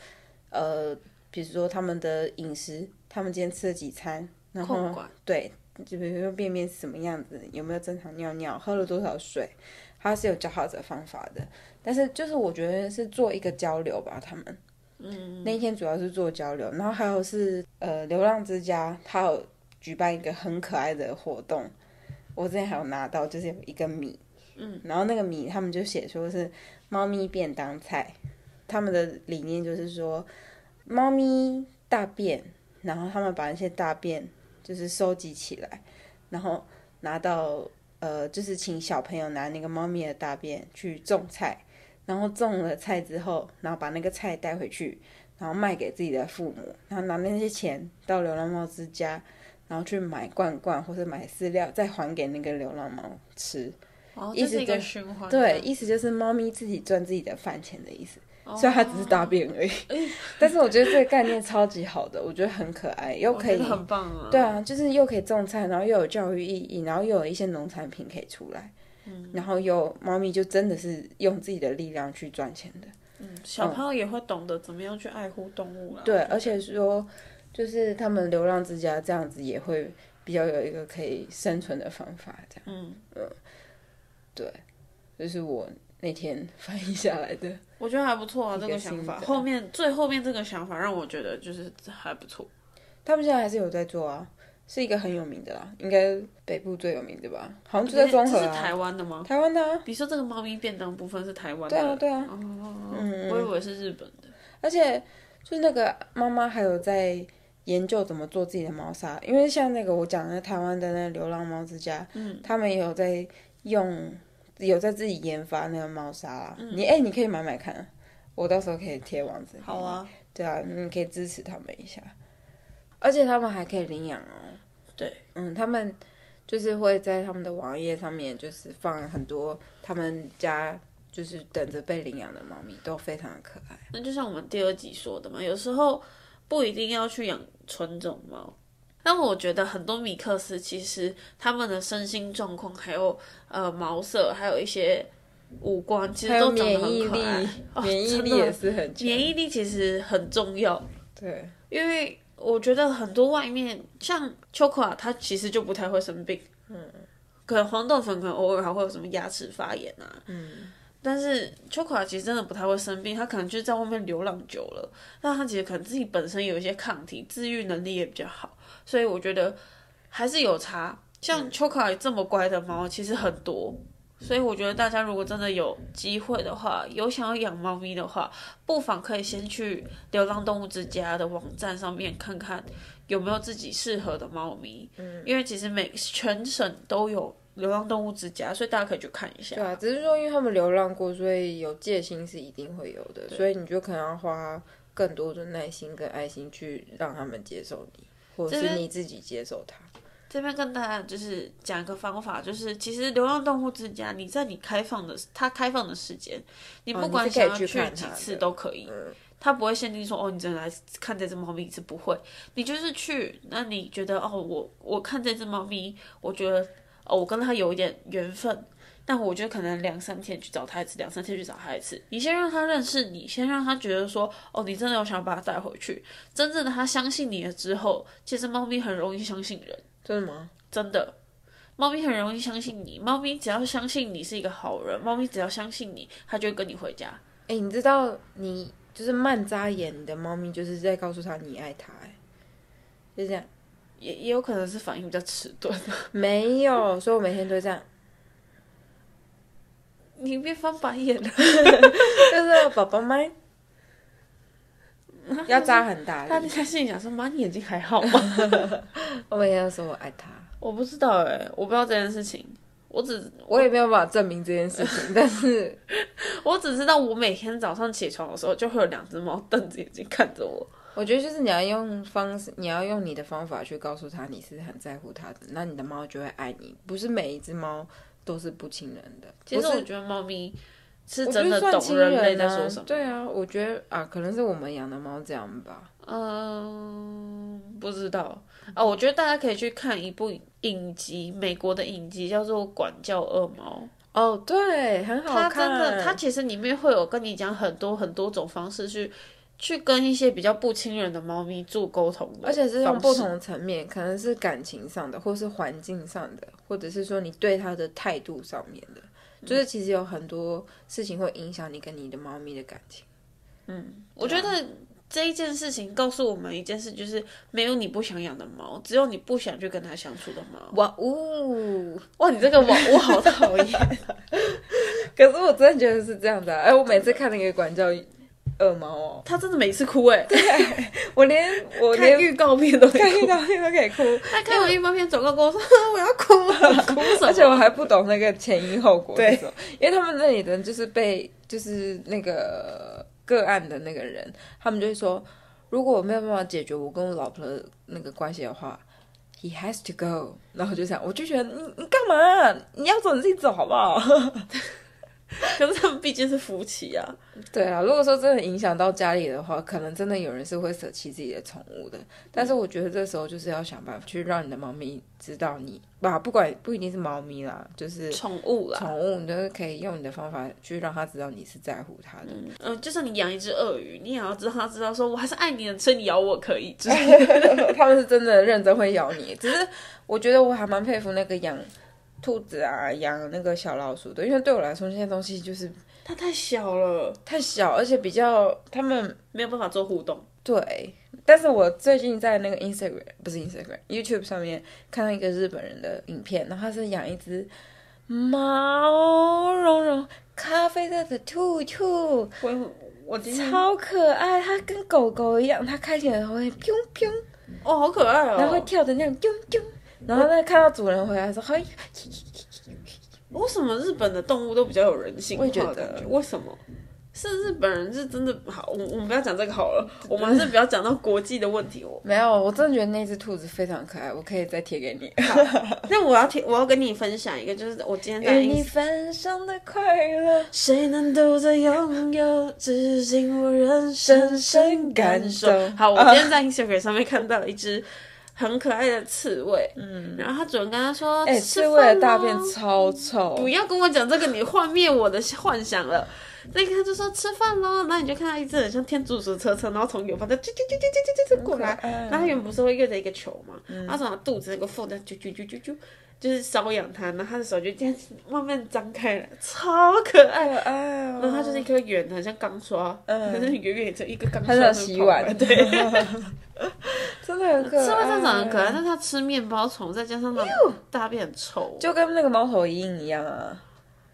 Speaker 1: 呃，比如说他们的饮食，他们今天吃了几餐，然
Speaker 2: 控
Speaker 1: 后
Speaker 2: 管，
Speaker 1: 对，就比如说便便是什么样子，有没有正常尿尿，喝了多少水，它是有教好的方法的。但是就是我觉得是做一个交流吧，他们。嗯，那一天主要是做交流，然后还有是呃，流浪之家，它有举办一个很可爱的活动，我之前还有拿到，就是有一个米，嗯，然后那个米他们就写说是猫咪便当菜，他们的理念就是说，猫咪大便，然后他们把那些大便就是收集起来，然后拿到呃，就是请小朋友拿那个猫咪的大便去种菜，然后种了菜之后，然后把那个菜带回去，然后卖给自己的父母，然后拿那些钱到流浪猫之家，然后去买罐罐或者买饲料，再还给那个流浪猫吃。
Speaker 2: 哦，
Speaker 1: 一
Speaker 2: 这
Speaker 1: 直
Speaker 2: 是一个
Speaker 1: 在
Speaker 2: 循环，
Speaker 1: 对，，意思就是猫咪自己赚自己的饭钱的意思。
Speaker 2: 哦
Speaker 1: 虽然它只是大便而
Speaker 2: [LAUGHS]
Speaker 1: 已，但是我觉得这个概念超级好的，我觉得很可爱，又
Speaker 2: 我
Speaker 1: 可
Speaker 2: 觉
Speaker 1: 以
Speaker 2: 得很棒啊，
Speaker 1: 对啊，就是又可以种菜，然后又有教育意义，然后又有一些农产品可以出来，
Speaker 2: 嗯
Speaker 1: 然后又猫咪就真的是用自己的力量去赚钱的，
Speaker 2: 嗯小朋友也会懂得怎么样去爱护动物啊啦。
Speaker 1: 对，
Speaker 2: 我觉得
Speaker 1: 而且说就是他们流浪之家这样子也会比较有一个可以生存的方法，这样，
Speaker 2: 嗯
Speaker 1: 对，这、是我那天 [LAUGHS] 翻译下来的，
Speaker 2: 我觉得还不错啊，
Speaker 1: 一个
Speaker 2: 这个想法。
Speaker 1: 心得
Speaker 2: 后面最后面这个想法让我觉得就是还不错。
Speaker 1: 他们现在还是有在做啊，是一个很有名的啦，应该北部最有名的吧，好像就在中和
Speaker 2: 这是
Speaker 1: 啊，
Speaker 2: 台湾的吗？
Speaker 1: 台湾的啊，
Speaker 2: 比如说这个猫咪便当部分是台湾的，
Speaker 1: 对啊对啊，
Speaker 2: 哦，
Speaker 1: 嗯
Speaker 2: 我以为是日本的。
Speaker 1: 而且就是那个妈妈还有在研究怎么做自己的猫砂，因为像那个我讲的台湾的那个流浪猫之家，嗯，他们也有在用，有在自己研发那个猫砂啦。
Speaker 2: 嗯
Speaker 1: 你哎、你可以买买看，我到时候可以贴网址。
Speaker 2: 好，啊，
Speaker 1: 对啊，你可以支持他们一下，而且他们还可以领养哦。
Speaker 2: 对，
Speaker 1: 嗯，他们就是会在他们的网页上面，就是放很多他们家就是等着被领养的猫咪，都非常的可爱。
Speaker 2: 那就像我们第二集说的嘛，有时候不一定要去养纯种猫。但我觉得很多米克斯其实他们的身心状况，还有呃毛色，还有一些五官，其实
Speaker 1: 还有
Speaker 2: 都长
Speaker 1: 免
Speaker 2: 得
Speaker 1: 疫
Speaker 2: 很可爱
Speaker 1: 力。， [LAUGHS] 免疫力
Speaker 2: 真的
Speaker 1: 也是很强。
Speaker 2: 免疫力其实很重要，
Speaker 1: 对，
Speaker 2: 因为我觉得很多外面像秋葵啊，它其实就不太会生病，嗯，可能黄豆粉可能偶尔还会有什么牙齿发炎啊，嗯，但是秋葵啊其实真的不太会生病，它可能就是在外面流浪久了，那它其实可能自己本身有一些抗体，治愈能力也比较好，所以我觉得还是有差。像秋葵啊这么乖的猫其实很多，所以我觉得大家如果真的有机会的话，有想要养猫咪的话，不妨可以先去流浪动物之家的网站上面看看有没有自己适合的猫咪。嗯，因为其实每全省都有流浪动物之家，所以大家可以去看一下。
Speaker 1: 对啊，只是说因为他们流浪过，所以有戒心是一定会有的，所以你就可能要花更多的耐心跟爱心去让他们接受你，或者
Speaker 2: 这
Speaker 1: 是
Speaker 2: 边
Speaker 1: 你自己接受他。
Speaker 2: 这边跟大家就是讲一个方法，就是其实流浪动物之家，你在你开放的它开放的时间，你
Speaker 1: 哦
Speaker 2: 不管
Speaker 1: 你是可
Speaker 2: 想
Speaker 1: 以
Speaker 2: 要
Speaker 1: 去看
Speaker 2: 几
Speaker 1: 它
Speaker 2: 次
Speaker 1: 的
Speaker 2: 都可以，
Speaker 1: 嗯，
Speaker 2: 它不会限定说哦，你只能来看这只猫咪一次，不会，你就是去，那你觉得哦，我我看这只猫咪，我觉得哦，我跟它有一点缘分，但我觉得可能两三天去找它一次，两三天去找它一次，你先让它认识你，先让它觉得说哦，你真的有想把它带回去，真正的它相信你了之后，其实猫咪很容易相信人。
Speaker 1: 真的吗？
Speaker 2: 真的，猫咪很容易相信你。猫咪只要相信你是一个好人，猫咪只要相信你，它就会跟你回家。
Speaker 1: 哎、你知道你就是慢眨眼，你的猫咪就是在告诉他你爱它、哎，就这样。
Speaker 2: 也也有可能是反应比较迟钝。 [LAUGHS]
Speaker 1: 没有，所以我每天都会这样， [LAUGHS]
Speaker 2: 你别翻白眼了，
Speaker 1: 就是宝宝们要扎
Speaker 2: [LAUGHS]
Speaker 1: 很大
Speaker 2: 他
Speaker 1: 力。
Speaker 2: 在心里想说：“妈，你眼睛还好吗 [LAUGHS]
Speaker 1: 我每天都说我爱他，？”
Speaker 2: 我不知道哎、我不知道这件事情。我只
Speaker 1: 我也没有办法证明这件事情，但是
Speaker 2: 我只知道，我每天早上起床的时候，就会有两只猫瞪着眼睛看着我。
Speaker 1: 我觉得就是你要用方式，你要用你的方法去告诉他你是很在乎他的，那你的猫就会爱你。不是每一只猫都是不亲人的，
Speaker 2: 其实
Speaker 1: 不
Speaker 2: 我
Speaker 1: 是
Speaker 2: 觉得猫咪是
Speaker 1: 我
Speaker 2: 真
Speaker 1: 觉得
Speaker 2: 的
Speaker 1: 算
Speaker 2: 懂
Speaker 1: 亲
Speaker 2: 人类
Speaker 1: 人
Speaker 2: 在
Speaker 1: 啊
Speaker 2: 说什么。
Speaker 1: 对啊，我觉得啊，可能是我们养的猫这样吧。
Speaker 2: 嗯，不知道啊。我觉得大家可以去看一部影集，美国的影集叫做《管教恶猫》。
Speaker 1: 哦，对，很好
Speaker 2: 它
Speaker 1: 看。
Speaker 2: 真的，它其实里面会有跟你讲很多很多种方式去去跟一些比较不亲人的猫咪做沟通的
Speaker 1: 而且是用
Speaker 2: 方
Speaker 1: 不
Speaker 2: 式
Speaker 1: 同的层面，可能是感情上的，或是环境上的，或者是说你对它的态度上面的，
Speaker 2: 嗯
Speaker 1: 就是其实有很多事情会影响你跟你的猫咪的感情。
Speaker 2: 我觉得这一件事情告诉我们一件事，就是没有你不想养的猫，只有你不想去跟它相处的猫。
Speaker 1: 哇
Speaker 2: 哦
Speaker 1: 呜！
Speaker 2: 哇，你这个我我好讨 [LAUGHS] 厌。
Speaker 1: 可是我真的觉得是这样的、啊，哎、我每次看那个管教恶猫哦，
Speaker 2: 它真的每次哭哎、
Speaker 1: 我连我
Speaker 2: 看
Speaker 1: 连
Speaker 2: 预告片都
Speaker 1: [LAUGHS] 看
Speaker 2: 会
Speaker 1: 遇
Speaker 2: 哭。
Speaker 1: 到那都可以哭，
Speaker 2: 他看完预告片走过来跟我说：“我要哭 [LAUGHS] 了，哭什么？”
Speaker 1: 而且我还不懂那个前因后果
Speaker 2: 对
Speaker 1: 是什么，因为他们那里的人就是被就是那个个案的那个人，他们就会说，如果我没有办法解决我跟我老婆的那个关系的话。He has to go，然后我就想，我就觉得你你干嘛？你要走你自己走好不好？
Speaker 2: 可是他们毕竟是夫妻啊，
Speaker 1: 对啊，如果说真的影响到家里的话，可能真的有人是会舍弃自己的宠物的。但
Speaker 2: 嗯
Speaker 1: 是我觉得这时候就是要想办法去让你的猫咪知道你，吧，不管不一定是猫咪啦，就是
Speaker 2: 宠物啊啦。
Speaker 1: 宠物，你都可以用你的方法去让它知道你是在乎它的。
Speaker 2: 嗯、呃，就算你养一只鳄鱼，你也要知道它知道说我还是爱你的，所以你咬我可以。就是 [LAUGHS]
Speaker 1: 他们是真的认真会咬你，只是我觉得我还蛮佩服那个养兔子啊、养那个小老鼠的，因为对我来说那些东西就是
Speaker 2: 它太小了，
Speaker 1: 太小，而且比较他们
Speaker 2: 没有办法做互动。
Speaker 1: 对，但是我最近在那个 Instagram 不是 Instagram，YouTube 上面看到一个日本人的影片，然后他是养一只毛茸茸咖啡色的兔兔，
Speaker 2: 我我今天
Speaker 1: 超可爱，它跟狗狗一样，它开起来会砰砰，
Speaker 2: 哦，好可爱哦，
Speaker 1: 然后会跳的那样啾啾，然后呢看到主人回来的时候，嘿，
Speaker 2: 为什么日本的动物都比较有人性
Speaker 1: 我也觉
Speaker 2: 化
Speaker 1: 得
Speaker 2: 的？为什么？是日本人是真的好，我我们不要讲这个好了， [LAUGHS] 我们还是不要讲到国际的问题。我
Speaker 1: 没有，我真的觉得那只兔子非常可爱，我可以再贴给 [LAUGHS] 你。
Speaker 2: 那我要听，我要跟你分享一个，就是我今天在
Speaker 1: 与你
Speaker 2: ins-
Speaker 1: 分享的快乐，
Speaker 2: 谁能独自拥有，至今我仍深深感受
Speaker 1: 深深感受。
Speaker 2: 好，我今天在 Instagram 上面看到一只很可爱的刺猬，嗯，然后他主人跟他说，
Speaker 1: [LAUGHS] 哎、
Speaker 2: 吃
Speaker 1: 刺猬的
Speaker 2: 饭
Speaker 1: 大
Speaker 2: 吗
Speaker 1: 便超臭，
Speaker 2: 不要跟我讲这个，你幻灭我的幻想了。那个他就说吃饭喽，然后你就看到一只很像天竺鼠的车车，然后从远方就啾啾啾啾啾啾啾过
Speaker 1: 很
Speaker 2: 来
Speaker 1: 可爱，
Speaker 2: 然后它原不是会约着一个球嘛，
Speaker 1: 嗯
Speaker 2: 然后从它肚子那个缝在啾啾啾啾啾，就是瘙痒它，然后它的手就这样慢慢张开来，超可爱。
Speaker 1: 可爱哦。
Speaker 2: 然后它就是一颗圆的，很像钢刷，
Speaker 1: 嗯
Speaker 2: 可是远远就一个钢刷
Speaker 1: 他想
Speaker 2: 那么
Speaker 1: 洗
Speaker 2: 跑过来。
Speaker 1: 碗，
Speaker 2: 对，
Speaker 1: 对， [LAUGHS] 真的很可爱。
Speaker 2: 刺猬它长得很可
Speaker 1: 嗯
Speaker 2: 爱，，但它吃面包虫，再加上它大便很臭，
Speaker 1: 就跟那个猫头鹰一样啊。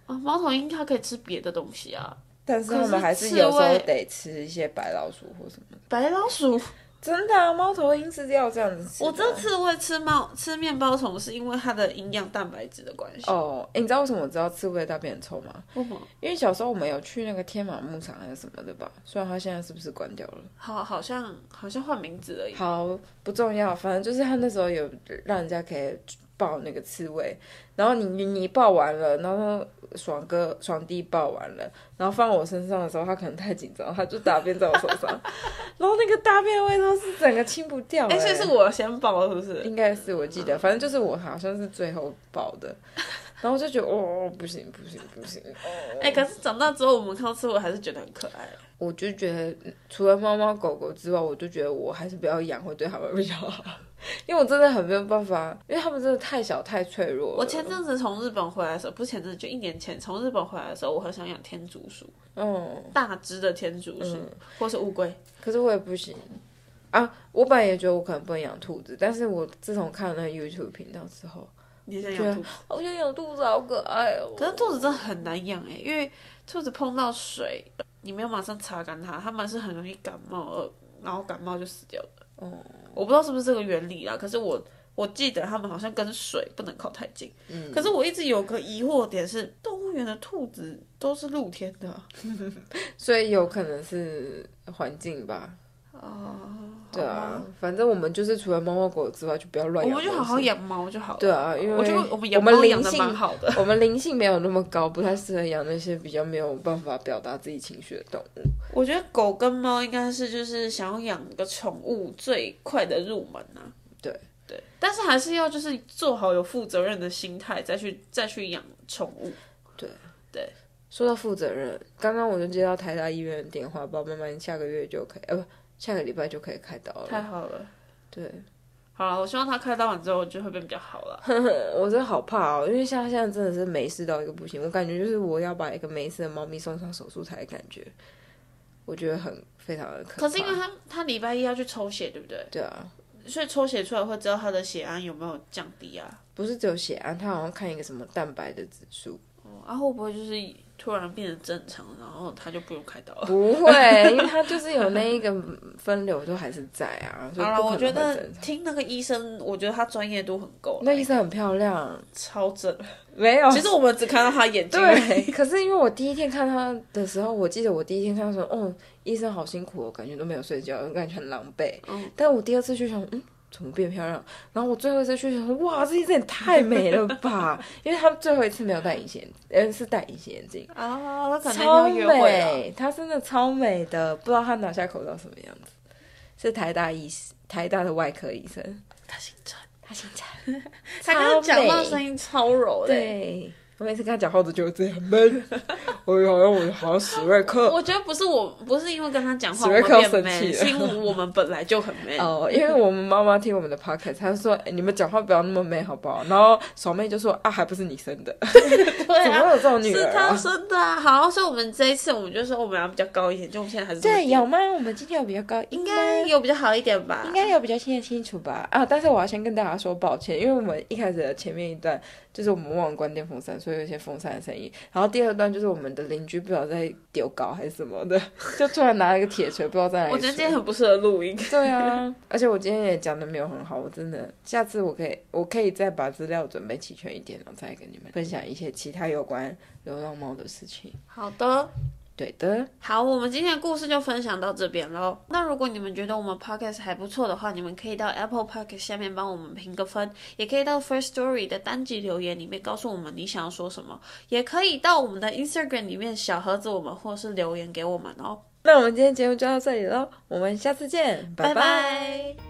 Speaker 2: 啊，猫头鹰它可以吃别的东西啊，
Speaker 1: 但是
Speaker 2: 可
Speaker 1: 他
Speaker 2: 是
Speaker 1: 们还是
Speaker 2: 刺
Speaker 1: 有时候
Speaker 2: 猬
Speaker 1: 得吃一些白老鼠或什么的。
Speaker 2: 白老鼠。
Speaker 1: 真的啊，猫头鹰是要这样子吃的啊。
Speaker 2: 我这次会吃猫吃面包虫，是因为它的营养蛋白质的关系。
Speaker 1: 哦、诶你知道为什么我知道刺猬的大便很臭吗？
Speaker 2: 为什么？
Speaker 1: 因为小时候我们有去那个天马牧场还是什么的吧，虽然它现在是不是关掉了，
Speaker 2: 好，好像好像换名字而已。
Speaker 1: 好不重要，反正就是它那时候有让人家可以抱那个刺猬，然后你你你抱完了，然后爽哥爽弟抱完了，然后放我身上的时候，他可能太紧张，他就大便在我手上， [LAUGHS] 然后那个大便的味道是整个清不掉、
Speaker 2: 哎、
Speaker 1: 欸，
Speaker 2: 所以是我先报，是不是？
Speaker 1: 应该是我记得，反正就是我好像是最后抱的，然后我就觉得哦不行不行不行，哦
Speaker 2: 哎、可是长大之后，我们看到刺猬还是觉得很可爱。
Speaker 1: 我就觉得嗯除了猫猫狗狗之外，我就觉得我还是不要养会对它们比较好，因为我真的很没有办法，因为它们真的太小太脆弱了。
Speaker 2: 我前阵子从日本回来的时候，不是前阵子，就一年前从日本回来的时候，我很想养天竺鼠，
Speaker 1: 嗯，
Speaker 2: 大只的天竺鼠，或是乌龟。
Speaker 1: 可是我也不行啊。我本来也觉得我可能不能养兔子，但是我自从看了那个 YouTube 频道之后，
Speaker 2: 你想
Speaker 1: 啊
Speaker 2: 养兔子？
Speaker 1: 我觉得养兔子好可爱哦。
Speaker 2: 可是兔子真的很难养哎、因为兔子碰到水，你没有马上擦干它，它们是很容易感冒，呃，然后感冒就死掉了。
Speaker 1: 哦
Speaker 2: 我不知道是不是这个原理啦，可是我我记得它们好像跟水不能靠太近。嗯，可是我一直有个疑惑点是，动物园的兔子都是露天的啊，
Speaker 1: 所以有可能是环境吧。哦，对啊，反正我们就是除了猫猫狗狗之外，就不要乱
Speaker 2: 我
Speaker 1: 养。
Speaker 2: 们就好好。养猫就好了。
Speaker 1: 对啊，因为
Speaker 2: 我觉得我们养
Speaker 1: 我们
Speaker 2: 猫
Speaker 1: 灵
Speaker 2: 养的
Speaker 1: 性
Speaker 2: 蛮好的。
Speaker 1: 我们灵性没有那么高，不太适合养那些比较没有办法表达自己情绪的动物。
Speaker 2: 我觉得狗跟猫应该是就是想要养个宠物最快的入门啊。
Speaker 1: 对
Speaker 2: 对，但是还是要就是做好有负责任的心态，再去再去养宠物。
Speaker 1: 说到负责任，刚刚我就接到台大医院的电话，宝妈妈，你下个月就可以，呃，不，下个礼拜就可以开刀
Speaker 2: 太
Speaker 1: 了。
Speaker 2: 好了，
Speaker 1: 对， [LAUGHS]
Speaker 2: 好了，我希望它开刀完之后就会变比较好了。
Speaker 1: 我真的好怕哦，因为像现在真的是没事到一个不行，我感觉就是我要把一个没事的猫咪送上手术台，的感觉，我觉得很非常的可怕。
Speaker 2: 可是因为它它礼拜一要去抽血，对不对？
Speaker 1: 对啊，
Speaker 2: 所以抽血出来会知道它的血胺有没有降低啊。
Speaker 1: 不是只有血压，它好像看一个什么蛋白的指数。
Speaker 2: 哦，啊会不会就是突然变得正常，然后它就不用开刀
Speaker 1: [LAUGHS]
Speaker 2: 了？
Speaker 1: 不会，因为它就是有那一个分流都还是在
Speaker 2: [LAUGHS]
Speaker 1: 啊，所以
Speaker 2: 好了，
Speaker 1: 不
Speaker 2: 我
Speaker 1: 可能
Speaker 2: 觉
Speaker 1: 会正
Speaker 2: 得
Speaker 1: 常
Speaker 2: 听那个医生，我觉得他专业度很够了，
Speaker 1: 那医生很漂亮，
Speaker 2: 超正。
Speaker 1: 没有
Speaker 2: 其实我们只看到他眼睛，
Speaker 1: 哦对， [LAUGHS] 可是因为我第一天看他的时候，我记得我第一天看他说，哦，医生好辛苦哦，感觉都没有睡觉，感觉很狼狈。
Speaker 2: 嗯
Speaker 1: 但我第二次去想，嗯，怎么变漂亮？然后我最后一次去想说，哇，这医生也太美了吧！ [LAUGHS] 因为他最后一次没有戴隐形眼，呃，是戴隐形眼镜，
Speaker 2: 啊，他可能
Speaker 1: 超
Speaker 2: 要约会啊了。
Speaker 1: 美，她真的超美的，不知道她拿下口罩什么样子。是台大医师，台大的外科医生，
Speaker 2: 他姓陈，
Speaker 1: 他姓蔡。
Speaker 2: 他刚刚讲
Speaker 1: 超
Speaker 2: 话
Speaker 1: 美
Speaker 2: 声音超柔的。
Speaker 1: 对，我每次跟他讲话，我都觉得我自己很闷， [LAUGHS] 我好像我好像史瑞克。
Speaker 2: 我觉得不是我，不是因为跟他讲话
Speaker 1: 史
Speaker 2: 我
Speaker 1: 瑞
Speaker 2: 们
Speaker 1: 克
Speaker 2: 变
Speaker 1: 生气
Speaker 2: man，
Speaker 1: 了
Speaker 2: 是因为我们本来
Speaker 1: [LAUGHS]
Speaker 2: 就很 man。
Speaker 1: 哦，因为我们妈妈听我们的 podcast，她就说、哎你们讲话不要那么美，好不好？”然后爽妹就说：“啊，还不是你生的，
Speaker 2: 对
Speaker 1: [LAUGHS] 怎么
Speaker 2: 啊，
Speaker 1: 会有这种女
Speaker 2: 是
Speaker 1: 儿、
Speaker 2: 他
Speaker 1: 啊
Speaker 2: 生的啊。好，所以我们这一次我们就说我们要比较高一点，就我们现在还？”是这么
Speaker 1: 对，
Speaker 2: 低
Speaker 1: 有吗？我们今天有比较高，
Speaker 2: 应
Speaker 1: 应
Speaker 2: 该
Speaker 1: 该
Speaker 2: 有比较好一点吧？
Speaker 1: 应该有比较听得清楚吧？啊，但是我要先跟大家说抱歉，因为我们一开始的前面一段就是我们忘了关电风扇，所以有一些风扇的声音。然后第二段就是我们的邻居不知道在丢稿还是什么的， [LAUGHS] 就突然拿了一个铁锤，不知道在哪里。
Speaker 2: 我觉得今天很不适合录音。
Speaker 1: 对啊，而且我今天也讲的没有很好，我真的下次我可以我可以再把资料准备齐全一点，然后再跟你们分享一些其他有关流浪猫的事情。
Speaker 2: 好的。
Speaker 1: 对的，
Speaker 2: 好，我们今天的故事就分享到这边喽。那如果你们觉得我们 podcast 还不错的话，你们可以到 Apple Podcast 下面帮我们评个分，也可以到 First Story 的单集留言里面告诉我们你想要说什么，也可以到我们的 Instagram 里面小盒子我们或是留言给我们哦。
Speaker 1: 那我们今天节目就到这里喽，我们下次见，
Speaker 2: 拜
Speaker 1: 拜拜
Speaker 2: 拜